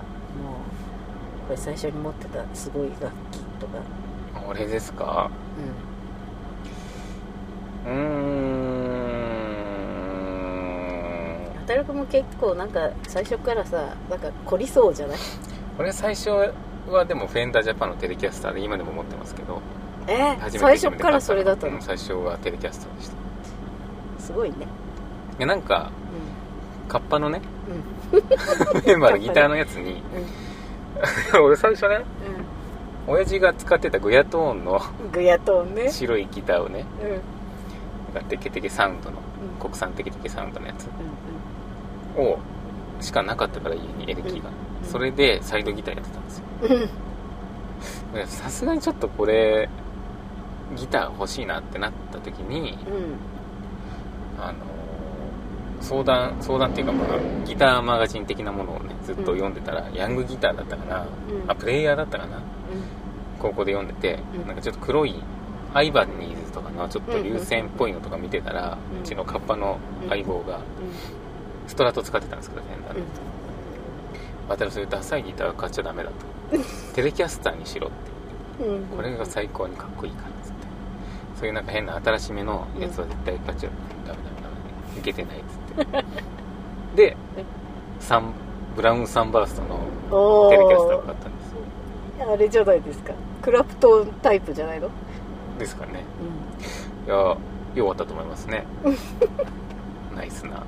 [SPEAKER 2] これ最初に持ってたすごい楽器とか
[SPEAKER 3] 俺ですかうー
[SPEAKER 2] う
[SPEAKER 3] ん
[SPEAKER 2] ん働くも結構なんか最初からさなんか凝りそうじゃない
[SPEAKER 3] 俺最初はでもフェンダージャパンのテレキャスターで今でも持ってますけど
[SPEAKER 2] え
[SPEAKER 3] 初めて
[SPEAKER 2] 最初からそれだった
[SPEAKER 3] う
[SPEAKER 2] の
[SPEAKER 3] ん最初はテレキャスターでした
[SPEAKER 2] すごいね
[SPEAKER 3] でなんかカッパのね
[SPEAKER 2] うんうん
[SPEAKER 3] メ ンバーのギターのやつに 俺最初ね親父が使ってたグヤトーンの
[SPEAKER 2] うんグヤトーンね
[SPEAKER 3] 白いギターをね
[SPEAKER 2] うんうん
[SPEAKER 3] なんかテケテケサウンドの
[SPEAKER 2] うん
[SPEAKER 3] 国産テケテケサウンドのやつをしかなかったから家にエレキが、
[SPEAKER 2] うん
[SPEAKER 3] それでサイドギターやってたんですよ
[SPEAKER 2] うん
[SPEAKER 3] いやさすがにちょっとこれギター欲しいなってなった時に
[SPEAKER 2] うん
[SPEAKER 3] あの相談相談っていうかまあギターマガジン的なものをねずっと読んでたら、ヤングギターだったか
[SPEAKER 2] う
[SPEAKER 3] な、
[SPEAKER 2] ん
[SPEAKER 3] あプレイヤーだったかな高校で読んでて、
[SPEAKER 2] うん
[SPEAKER 3] なんかちょっと黒いアイバンニーズとかのちょっと流線っぽいのとか見てたら、う
[SPEAKER 2] うん
[SPEAKER 3] ちのカッパの相棒がストラト使ってたんですけどね、あの
[SPEAKER 2] うん
[SPEAKER 3] 渡るそういうダサいギターは買っちゃダメだと テレキャスターにしろって
[SPEAKER 2] うんうん
[SPEAKER 3] これが最高にかっこいいからっつってそういうなんか変な新しめのやつは絶対買っちゃう、ダメダメダメいけてないっつって でサンブラウンサンバーストの
[SPEAKER 2] おー
[SPEAKER 3] テレキャスターを買ったんです
[SPEAKER 2] あれじゃないですかクラプトンタイプじゃないの、う
[SPEAKER 3] ですからね
[SPEAKER 2] ん、
[SPEAKER 3] いやよかったと思います ねナイスな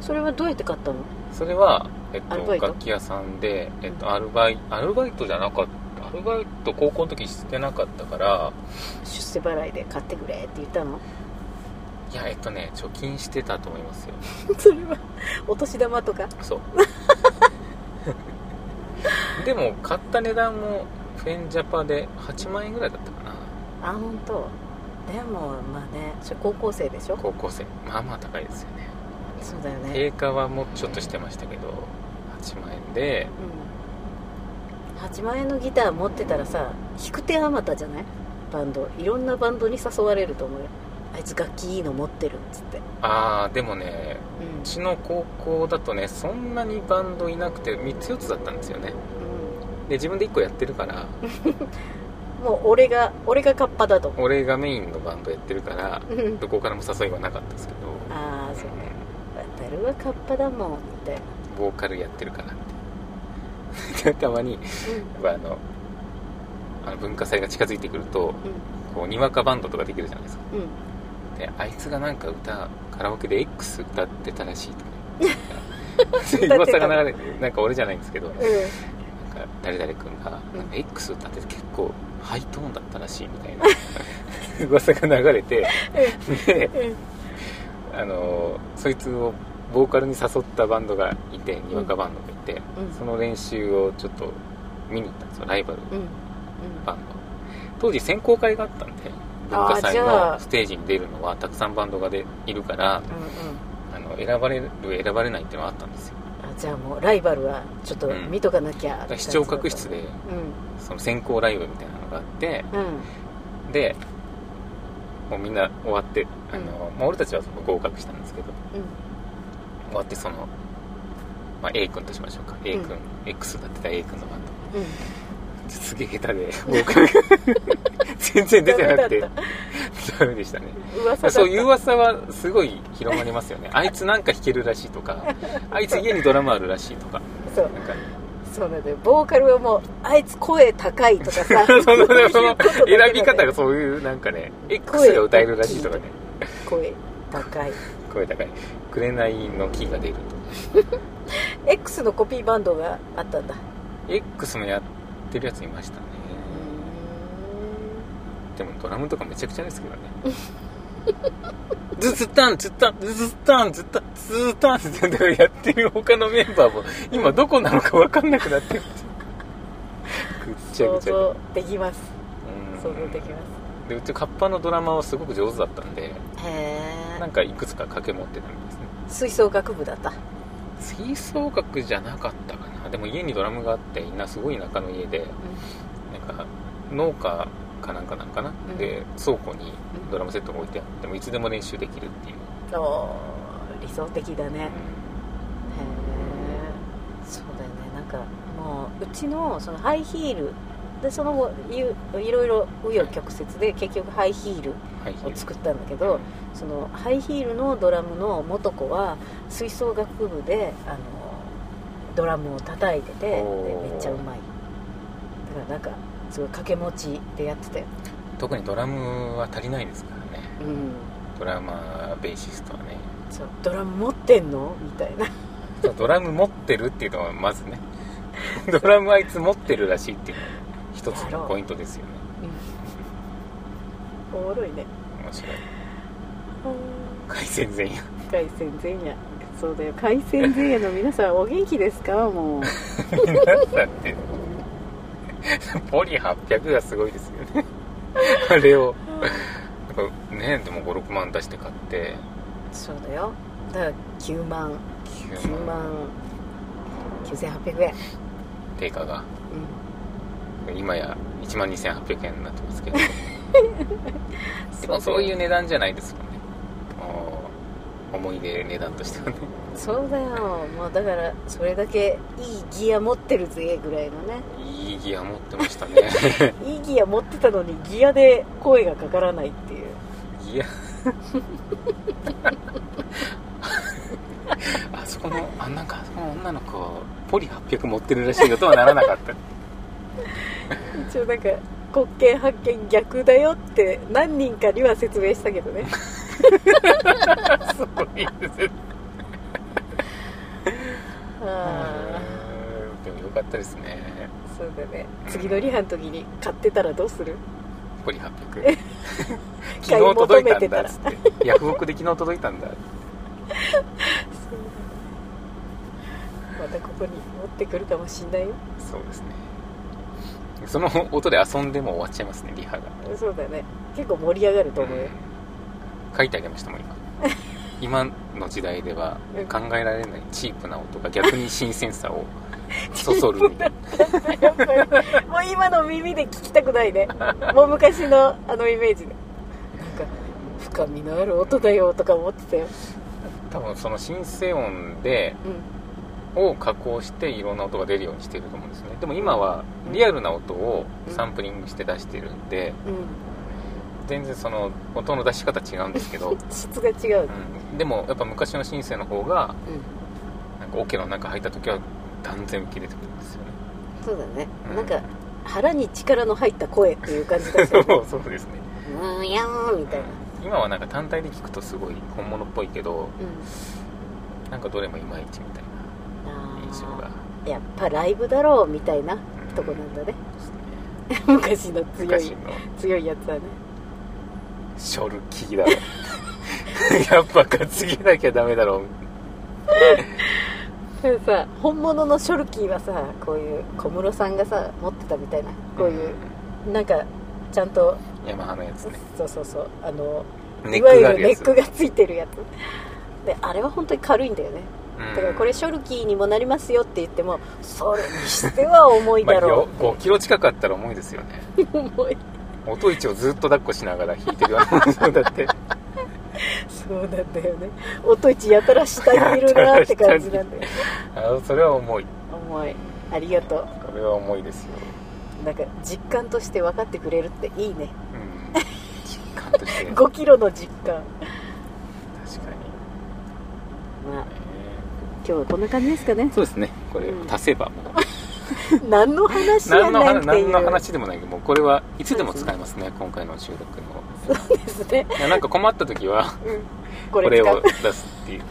[SPEAKER 2] それはどうやって買ったの
[SPEAKER 3] それは、えっ
[SPEAKER 2] アル
[SPEAKER 3] と、
[SPEAKER 2] バイト
[SPEAKER 3] 楽器屋さんで、えっと、アルバイアルバイトじゃなかったアルバイト高校の時してなかったから
[SPEAKER 2] 出世払いで買ってくれって言った の
[SPEAKER 3] いやえっとね貯金してたと思います よ
[SPEAKER 2] それはお年玉とか
[SPEAKER 3] そうでも買った値段もフェンジャパで8万円ぐらいだったかな
[SPEAKER 2] あ本当。でもまあねそれ高校生でしょ
[SPEAKER 3] 高校生まあまあ高いですよね
[SPEAKER 2] そうだよね
[SPEAKER 3] 定価はもうちょっとしてましたけど8万円で
[SPEAKER 2] うん8万円のギター持ってたらさ弾く手あまたじゃないバンドいろんなバンドに誘われると思うよあいつ楽器いいの持ってるっつって
[SPEAKER 3] ああでもねう
[SPEAKER 2] う
[SPEAKER 3] ちの高校だとねそんなにバンドいなくて3つ4つだったんですよね
[SPEAKER 2] ん、
[SPEAKER 3] で自分で1個やってるから
[SPEAKER 2] うん、もう俺が俺がカッパだと思
[SPEAKER 3] 俺がメインのバンドやってるから
[SPEAKER 2] ううん
[SPEAKER 3] どこからも誘いはなかったですけど
[SPEAKER 2] ああそう
[SPEAKER 3] うん
[SPEAKER 2] 渡るはカッパだもんって、
[SPEAKER 3] ボーカルやってるからって たまにやっぱあのあの文化祭が近づいてくるとこうにわかバンドとかできるじゃないですか
[SPEAKER 2] うんうん
[SPEAKER 3] であいつがなんか歌カラオケで X 歌ってたらしいとか
[SPEAKER 2] た
[SPEAKER 3] 噂が流れてなんか俺じゃないんですけどなんか
[SPEAKER 2] う
[SPEAKER 3] 誰々君が
[SPEAKER 2] うん
[SPEAKER 3] なんか X 歌ってて結構ハイトーンだったらしいみたいな 噂が流れてで
[SPEAKER 2] んうん
[SPEAKER 3] あのそいつをボーカルに誘ったバンドがいてにわかバンドがいて、
[SPEAKER 2] うん
[SPEAKER 3] その練習をちょっと見に行ったんですよライバル
[SPEAKER 2] うんうん
[SPEAKER 3] バンド当時選考会があったんで文化祭のステージに出るのはたくさんバンドがでいるからあの選ばれる選ばれないっていうのはあったんですよ
[SPEAKER 2] あじゃあもうライバルはちょっと見とかなきゃ、
[SPEAKER 3] だから視聴覚室でその先行ライブみたいなのがあって
[SPEAKER 2] うんうん
[SPEAKER 3] でもうみんな終わってあの、まあ、俺たちは合格したんですけど終わってその、まあ、A 君としましょうか A 君、X が出た A 君のバン
[SPEAKER 2] う
[SPEAKER 3] ド
[SPEAKER 2] んうん
[SPEAKER 3] すげえ下手で合格全然出てなくて
[SPEAKER 2] ダ
[SPEAKER 3] ダメでしたね
[SPEAKER 2] 噂だった
[SPEAKER 3] そういう噂はすごい広まりますよねあいつなんか弾けるらしいとかあいつ家にドラムあるらしいとか
[SPEAKER 2] そう
[SPEAKER 3] なんか
[SPEAKER 2] そうなんだよボーカルはもうあいつ声高いとかさ
[SPEAKER 3] その
[SPEAKER 2] そういう
[SPEAKER 3] その
[SPEAKER 2] ことだけだね
[SPEAKER 3] 選び方がそういうなんかね X が歌えるらしいとかね
[SPEAKER 2] 声高い
[SPEAKER 3] 声高い「紅の木」が出ると
[SPEAKER 2] X のコピーバンドがあったんだ
[SPEAKER 3] X もやってるやついましたね
[SPEAKER 2] うー
[SPEAKER 3] でもドラムとかめちゃくちゃですけどねズズタンズタンズズタンズタンズタンズタンってやってる他のメンバーも今どこなのか分かんなくなってるぐっちゃ
[SPEAKER 2] ん想
[SPEAKER 3] ぐちゃで
[SPEAKER 2] 像できます
[SPEAKER 3] うん
[SPEAKER 2] 想像できま
[SPEAKER 3] でうちカッパのドラマはすごく上手だったんです
[SPEAKER 2] へ
[SPEAKER 3] なんかいくつか掛け持ってたんですね
[SPEAKER 2] え吹奏楽部だった
[SPEAKER 3] 吹奏楽じゃなかったかなでも家にドラムがあってなすごい田舎の家で、なんか農家かなんかなんかな、
[SPEAKER 2] うん
[SPEAKER 3] で倉庫にドラムセットが置いてあってもいつでも練習できるっていう、
[SPEAKER 2] おー理想的だねへえ
[SPEAKER 3] う
[SPEAKER 2] そうだよねなんかもううちのそのハイヒールでその後いいろいろ紆余曲折で結局ハイヒール
[SPEAKER 3] んはい
[SPEAKER 2] を作ったんだけどそのハイヒールのドラムの元子は吹奏楽部であのドラムを叩いててで
[SPEAKER 3] おー
[SPEAKER 2] めっちゃうまいだからなんかすごい掛け持ちでやってたよ、
[SPEAKER 3] 特にドラムは足りないですからね
[SPEAKER 2] うん、
[SPEAKER 3] ドラマーベーシストはね
[SPEAKER 2] そうドラム持ってんのみたいな
[SPEAKER 3] ドラム持ってるっていうのはまずねドラムあいつ持ってるらしいっていうのが一つのポイントですよね
[SPEAKER 2] おもろいね
[SPEAKER 3] 面白い回線全員
[SPEAKER 2] 海鮮前夜そうだよ海鮮前夜の皆さんお元気ですかもう
[SPEAKER 3] 皆さんって ポリ800がすごいですよね あれをなんかねでも56万出して買って
[SPEAKER 2] そうだよだから9万9
[SPEAKER 3] 9万
[SPEAKER 2] 万9800円
[SPEAKER 3] 定価が今や1万2800円になってます けど
[SPEAKER 2] うん
[SPEAKER 3] でもそういう値段じゃないですもんねもう思い出値段としてはね
[SPEAKER 2] そうだよもうだからそれだけいいギア持ってるぜぐらいのね
[SPEAKER 3] いいギア持ってま したね
[SPEAKER 2] いいギア持ってたのにギアで声がかからないっていう
[SPEAKER 3] ギア あそこのあなんかあそこの女の子ポリ800持ってるらしいよとはならなか った
[SPEAKER 2] 一応なんか国権発見逆だよって何人かには説明したけどね
[SPEAKER 3] すごいですね
[SPEAKER 2] ああ
[SPEAKER 3] でもよかったですね
[SPEAKER 2] そうだね次のリハの時に買ってたらどうする
[SPEAKER 3] ポリ800 昨日届いたんだっつってヤフオクで昨日届いたんだ
[SPEAKER 2] またここに持ってくるかもしんないよ
[SPEAKER 3] そうですねその音で遊んでも終わっちゃいますねリハが
[SPEAKER 2] そうだね結構盛り上がると思うよ
[SPEAKER 3] 書いてありましたもん 今今の時代では
[SPEAKER 2] うん
[SPEAKER 3] 考えられないチープな音が逆に新鮮さをそそるみたいな
[SPEAKER 2] やっぱりもう今の耳で聞きたくないねもう昔のあのイメージでなんか深みのある音だよとか思ってたよ
[SPEAKER 3] 多分その新生音で
[SPEAKER 2] うん
[SPEAKER 3] を加工していろんな音が出るようにしてると思うんですねでも今はリアルな音をサンプリングして出してるんで全然その音の出し方違うんです けど、
[SPEAKER 2] うん質が違う
[SPEAKER 3] うん、でもやっぱ昔のシンセの方が
[SPEAKER 2] うん
[SPEAKER 3] なんかオケの中入った時は断然切れてくるんですよね
[SPEAKER 2] そうだね
[SPEAKER 3] うん
[SPEAKER 2] なんか腹に力の入った声っていう感じだ ったよね
[SPEAKER 3] そう そうですね
[SPEAKER 2] うーんやーんみたいな
[SPEAKER 3] 今はなんか単体で聞くとすごい本物っぽいけど
[SPEAKER 2] うん
[SPEAKER 3] なんかどれもいまいちみたい
[SPEAKER 2] あ
[SPEAKER 3] な
[SPEAKER 2] ー
[SPEAKER 3] 印象が
[SPEAKER 2] やっぱライブだろうみたいなとこなんだ ね昔の強
[SPEAKER 3] 昔
[SPEAKER 2] い
[SPEAKER 3] の
[SPEAKER 2] 強いやつはね
[SPEAKER 3] ショルキーだろ やっぱ担ぎなきゃダメだろ
[SPEAKER 2] でもさ本物のショルキーはさこういう小室さんがさ持ってたみたいなこういう、なんかちゃんと
[SPEAKER 3] ヤマハのやつね
[SPEAKER 2] そうそうそうあの
[SPEAKER 3] ネ
[SPEAKER 2] い
[SPEAKER 3] ッ
[SPEAKER 2] わ
[SPEAKER 3] ク
[SPEAKER 2] ゆ
[SPEAKER 3] があ
[SPEAKER 2] る
[SPEAKER 3] る
[SPEAKER 2] ネ
[SPEAKER 3] や
[SPEAKER 2] ッ
[SPEAKER 3] つ
[SPEAKER 2] クがついてるやつであれは本当に軽いんだよねだからこれショルキーにもなりますよって言ってもそれにしては重いだろ
[SPEAKER 3] まあ、5キロ近かったら重いですよね
[SPEAKER 2] う重い
[SPEAKER 3] 音一をずっと抱っこしながら弾いてるようなもんですよだ って
[SPEAKER 2] そうなんだよね音一やたら下にいるなって感じなんだよ
[SPEAKER 3] あそれは重い
[SPEAKER 2] 重いありがとう
[SPEAKER 3] これは重いですよ、
[SPEAKER 2] なんか実感として分かってくれるっていいね
[SPEAKER 3] うん、実感として確か
[SPEAKER 2] 5キロの実感ま
[SPEAKER 3] に、
[SPEAKER 2] あ
[SPEAKER 3] え
[SPEAKER 2] 今日はこんな感じですかね
[SPEAKER 3] ーそうですねこれ
[SPEAKER 2] うん
[SPEAKER 3] 足せばもう
[SPEAKER 2] 何の話や
[SPEAKER 3] 何
[SPEAKER 2] ね
[SPEAKER 3] の
[SPEAKER 2] んっ
[SPEAKER 3] 話
[SPEAKER 2] てい
[SPEAKER 3] 何
[SPEAKER 2] う
[SPEAKER 3] の話でもないけどもうこれはいつでも使えますね今回の収録の
[SPEAKER 2] そうですね、
[SPEAKER 3] いやなんか困った時は
[SPEAKER 2] うん、
[SPEAKER 3] こ
[SPEAKER 2] これ
[SPEAKER 3] れ
[SPEAKER 2] 使う
[SPEAKER 3] を出すっていう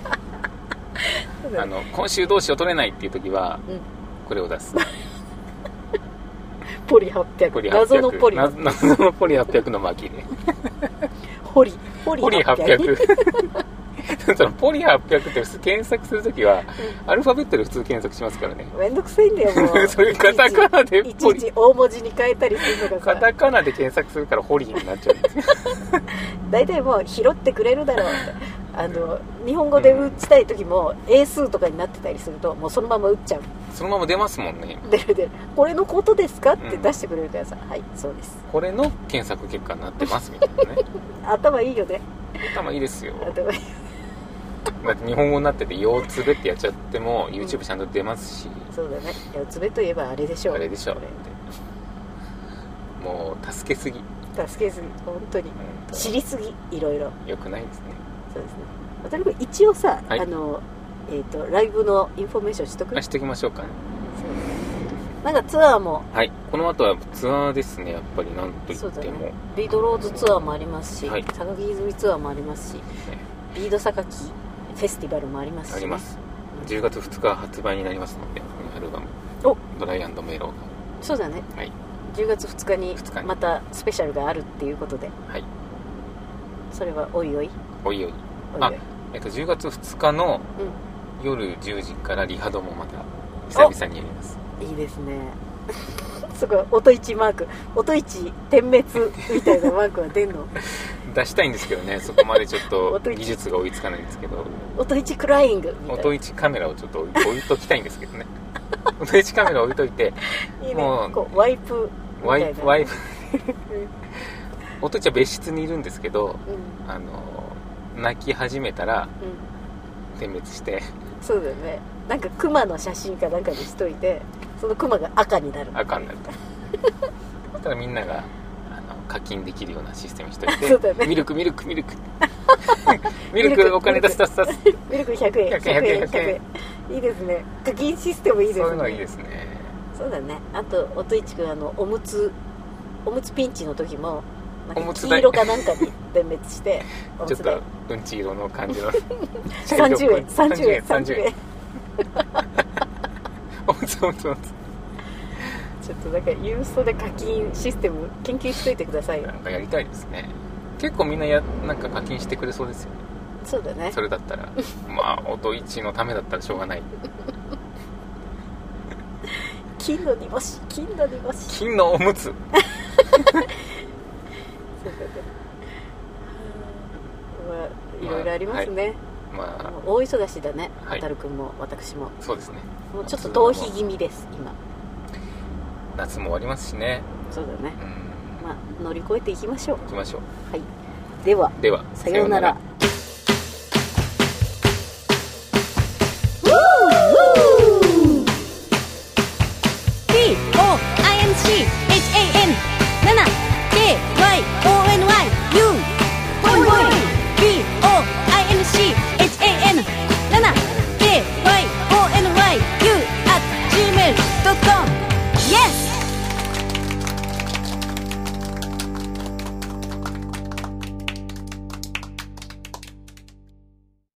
[SPEAKER 3] あの今週どうしよう取れないっていう時は
[SPEAKER 2] うん
[SPEAKER 3] これを出す
[SPEAKER 2] ポリ800
[SPEAKER 3] ポリ800
[SPEAKER 2] 謎のポリ
[SPEAKER 3] な謎のポリ800の巻で
[SPEAKER 2] ポリポリ
[SPEAKER 3] ポリ
[SPEAKER 2] 800
[SPEAKER 3] 800そのポリ800って普通検索するときはアルファベットで普通検索しますからね
[SPEAKER 2] めんどくさいんだよもう
[SPEAKER 3] そういうカタカナで
[SPEAKER 2] いち
[SPEAKER 3] ポ
[SPEAKER 2] い
[SPEAKER 3] リ
[SPEAKER 2] ち大文字に変えたりするのがさ
[SPEAKER 3] カタカナで検索するからホリーになっちゃうんですよ
[SPEAKER 2] 大体もう拾ってくれるだろう ってあの日本語で打ちたい時も英数とかになってたりするともうそのまま打っちゃう
[SPEAKER 3] そのまま出ますもんね
[SPEAKER 2] 出る出るこれのことですかって
[SPEAKER 3] うん
[SPEAKER 2] 出してくれるからさ、はいそうです
[SPEAKER 3] これの検索結果になってますみたいな ね
[SPEAKER 2] 頭いいよね
[SPEAKER 3] 頭いいですよ
[SPEAKER 2] 頭いい
[SPEAKER 3] だって日本語になってて「腰つべ」ってやっちゃっても YouTube ちゃんと出ますし
[SPEAKER 2] そうだねいやつべといえばあれでしょう
[SPEAKER 3] あれでしょ
[SPEAKER 2] こ
[SPEAKER 3] もう助けすぎ、
[SPEAKER 2] れ助けずに本当に知りすぎいろいろ
[SPEAKER 3] よくないですね
[SPEAKER 2] そうですね渡辺君一応さ、
[SPEAKER 3] はい
[SPEAKER 2] あのえっ、とライブのインフォメーションしとく
[SPEAKER 3] あしておきましょうか
[SPEAKER 2] そうなんかツアーも
[SPEAKER 3] はいこの後はツアーですねやっぱりなんとい
[SPEAKER 2] そう
[SPEAKER 3] っ
[SPEAKER 2] だ
[SPEAKER 3] ても、
[SPEAKER 2] ねビードローズツアーもありますし、
[SPEAKER 3] はい
[SPEAKER 2] 榊泉ツアーもありますしビード榊フェスティバルもありますし、
[SPEAKER 3] あります10月2日発売になりますのでこのアルバム
[SPEAKER 2] お
[SPEAKER 3] 「ドライアンドメロ
[SPEAKER 2] そうだね、
[SPEAKER 3] はい
[SPEAKER 2] 10月2日に
[SPEAKER 3] 2日に
[SPEAKER 2] またスペシャルがあるっていうことで
[SPEAKER 3] が」はい
[SPEAKER 2] それはおいおい
[SPEAKER 3] おいおい、
[SPEAKER 2] おいお
[SPEAKER 3] あ
[SPEAKER 2] い
[SPEAKER 3] えっと、10月2日の
[SPEAKER 2] うん
[SPEAKER 3] 夜10時からリハドもまた久々にやります
[SPEAKER 2] いいですね すごい音一マーク音一点滅みたいなマークは出ん の
[SPEAKER 3] 出したいんですけど ねそこまでちょっと
[SPEAKER 2] 音一
[SPEAKER 3] 技術が追いつかないんですけど
[SPEAKER 2] 音一クライングみたい
[SPEAKER 3] 音一カメラをちょっと置い置いときたいんですけどね 音一カメラ置いといて
[SPEAKER 2] ないいね
[SPEAKER 3] もう
[SPEAKER 2] こうワイプみ
[SPEAKER 3] ワ
[SPEAKER 2] たい
[SPEAKER 3] イ
[SPEAKER 2] な
[SPEAKER 3] プワイプ 音一は別室にいるんですけど
[SPEAKER 2] うんうん
[SPEAKER 3] あの泣き始めたら点滅して
[SPEAKER 2] そうだよねなんかクマの写真かなんかにしといてそのクマが赤になる
[SPEAKER 3] 赤になると そしたらみんながあの課金できるようなシステムにしとい
[SPEAKER 2] そうだよね
[SPEAKER 3] てミルクミルクミ ルクミルクお金出す出す出す
[SPEAKER 2] ミルク100円
[SPEAKER 3] 100円
[SPEAKER 2] 100円
[SPEAKER 3] 100
[SPEAKER 2] 100
[SPEAKER 3] 円
[SPEAKER 2] 円いいですね課金システムいいですね
[SPEAKER 3] そういうのいいですね
[SPEAKER 2] そうだねあと音一くんあのおむつおむつピンチの時もなんか
[SPEAKER 3] おむつ
[SPEAKER 2] 黄
[SPEAKER 3] 代
[SPEAKER 2] 色かなんかに点滅 しておむ
[SPEAKER 3] ちょっ
[SPEAKER 2] つ代
[SPEAKER 3] とうんち色の感じ の
[SPEAKER 2] 30円30円
[SPEAKER 3] 30
[SPEAKER 2] 30円
[SPEAKER 3] おむつおむつおむつ
[SPEAKER 2] ちょっとなんか郵送で課金システム研究しといてくださいよ
[SPEAKER 3] なんかやりたいですね結構みんなやなんか課金してくれそうですよね
[SPEAKER 2] そうだね
[SPEAKER 3] それだったらまあ音一のためだったらしょうがない
[SPEAKER 2] 金の煮干し金の煮干しそう
[SPEAKER 3] 金のおむつ
[SPEAKER 2] だねうんまあいろいろありますね、
[SPEAKER 3] ま
[SPEAKER 2] もう大忙しだね
[SPEAKER 3] はい
[SPEAKER 2] たるくんも私も
[SPEAKER 3] あそうですね
[SPEAKER 2] もうちょっと逃避気味です今
[SPEAKER 3] 夏も終わりますしね
[SPEAKER 2] そうだね
[SPEAKER 3] うん
[SPEAKER 2] まあ乗り越えていきましょう
[SPEAKER 3] 行きましょう
[SPEAKER 2] では
[SPEAKER 3] では
[SPEAKER 2] さようなら